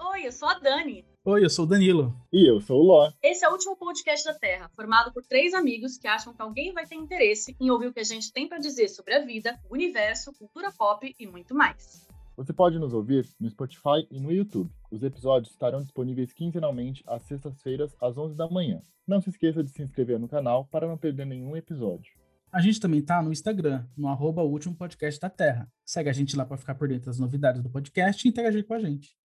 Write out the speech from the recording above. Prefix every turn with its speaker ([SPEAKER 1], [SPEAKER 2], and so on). [SPEAKER 1] Oi, eu sou a Dani.
[SPEAKER 2] Oi, eu sou o Danilo.
[SPEAKER 3] E eu sou o Ló.
[SPEAKER 1] Esse é o último podcast da Terra, formado por três amigos que acham que alguém vai ter interesse em ouvir o que a gente tem para dizer sobre a vida, o universo, cultura pop e muito mais.
[SPEAKER 3] Você pode nos ouvir no Spotify e no YouTube. Os episódios estarão disponíveis quinzenalmente às sextas-feiras, às 11 da manhã. Não se esqueça de se inscrever no canal para não perder nenhum episódio.
[SPEAKER 2] A gente também tá no Instagram, no arroba o último podcast da Terra. Segue a gente lá para ficar por dentro das novidades do podcast e interagir com a gente.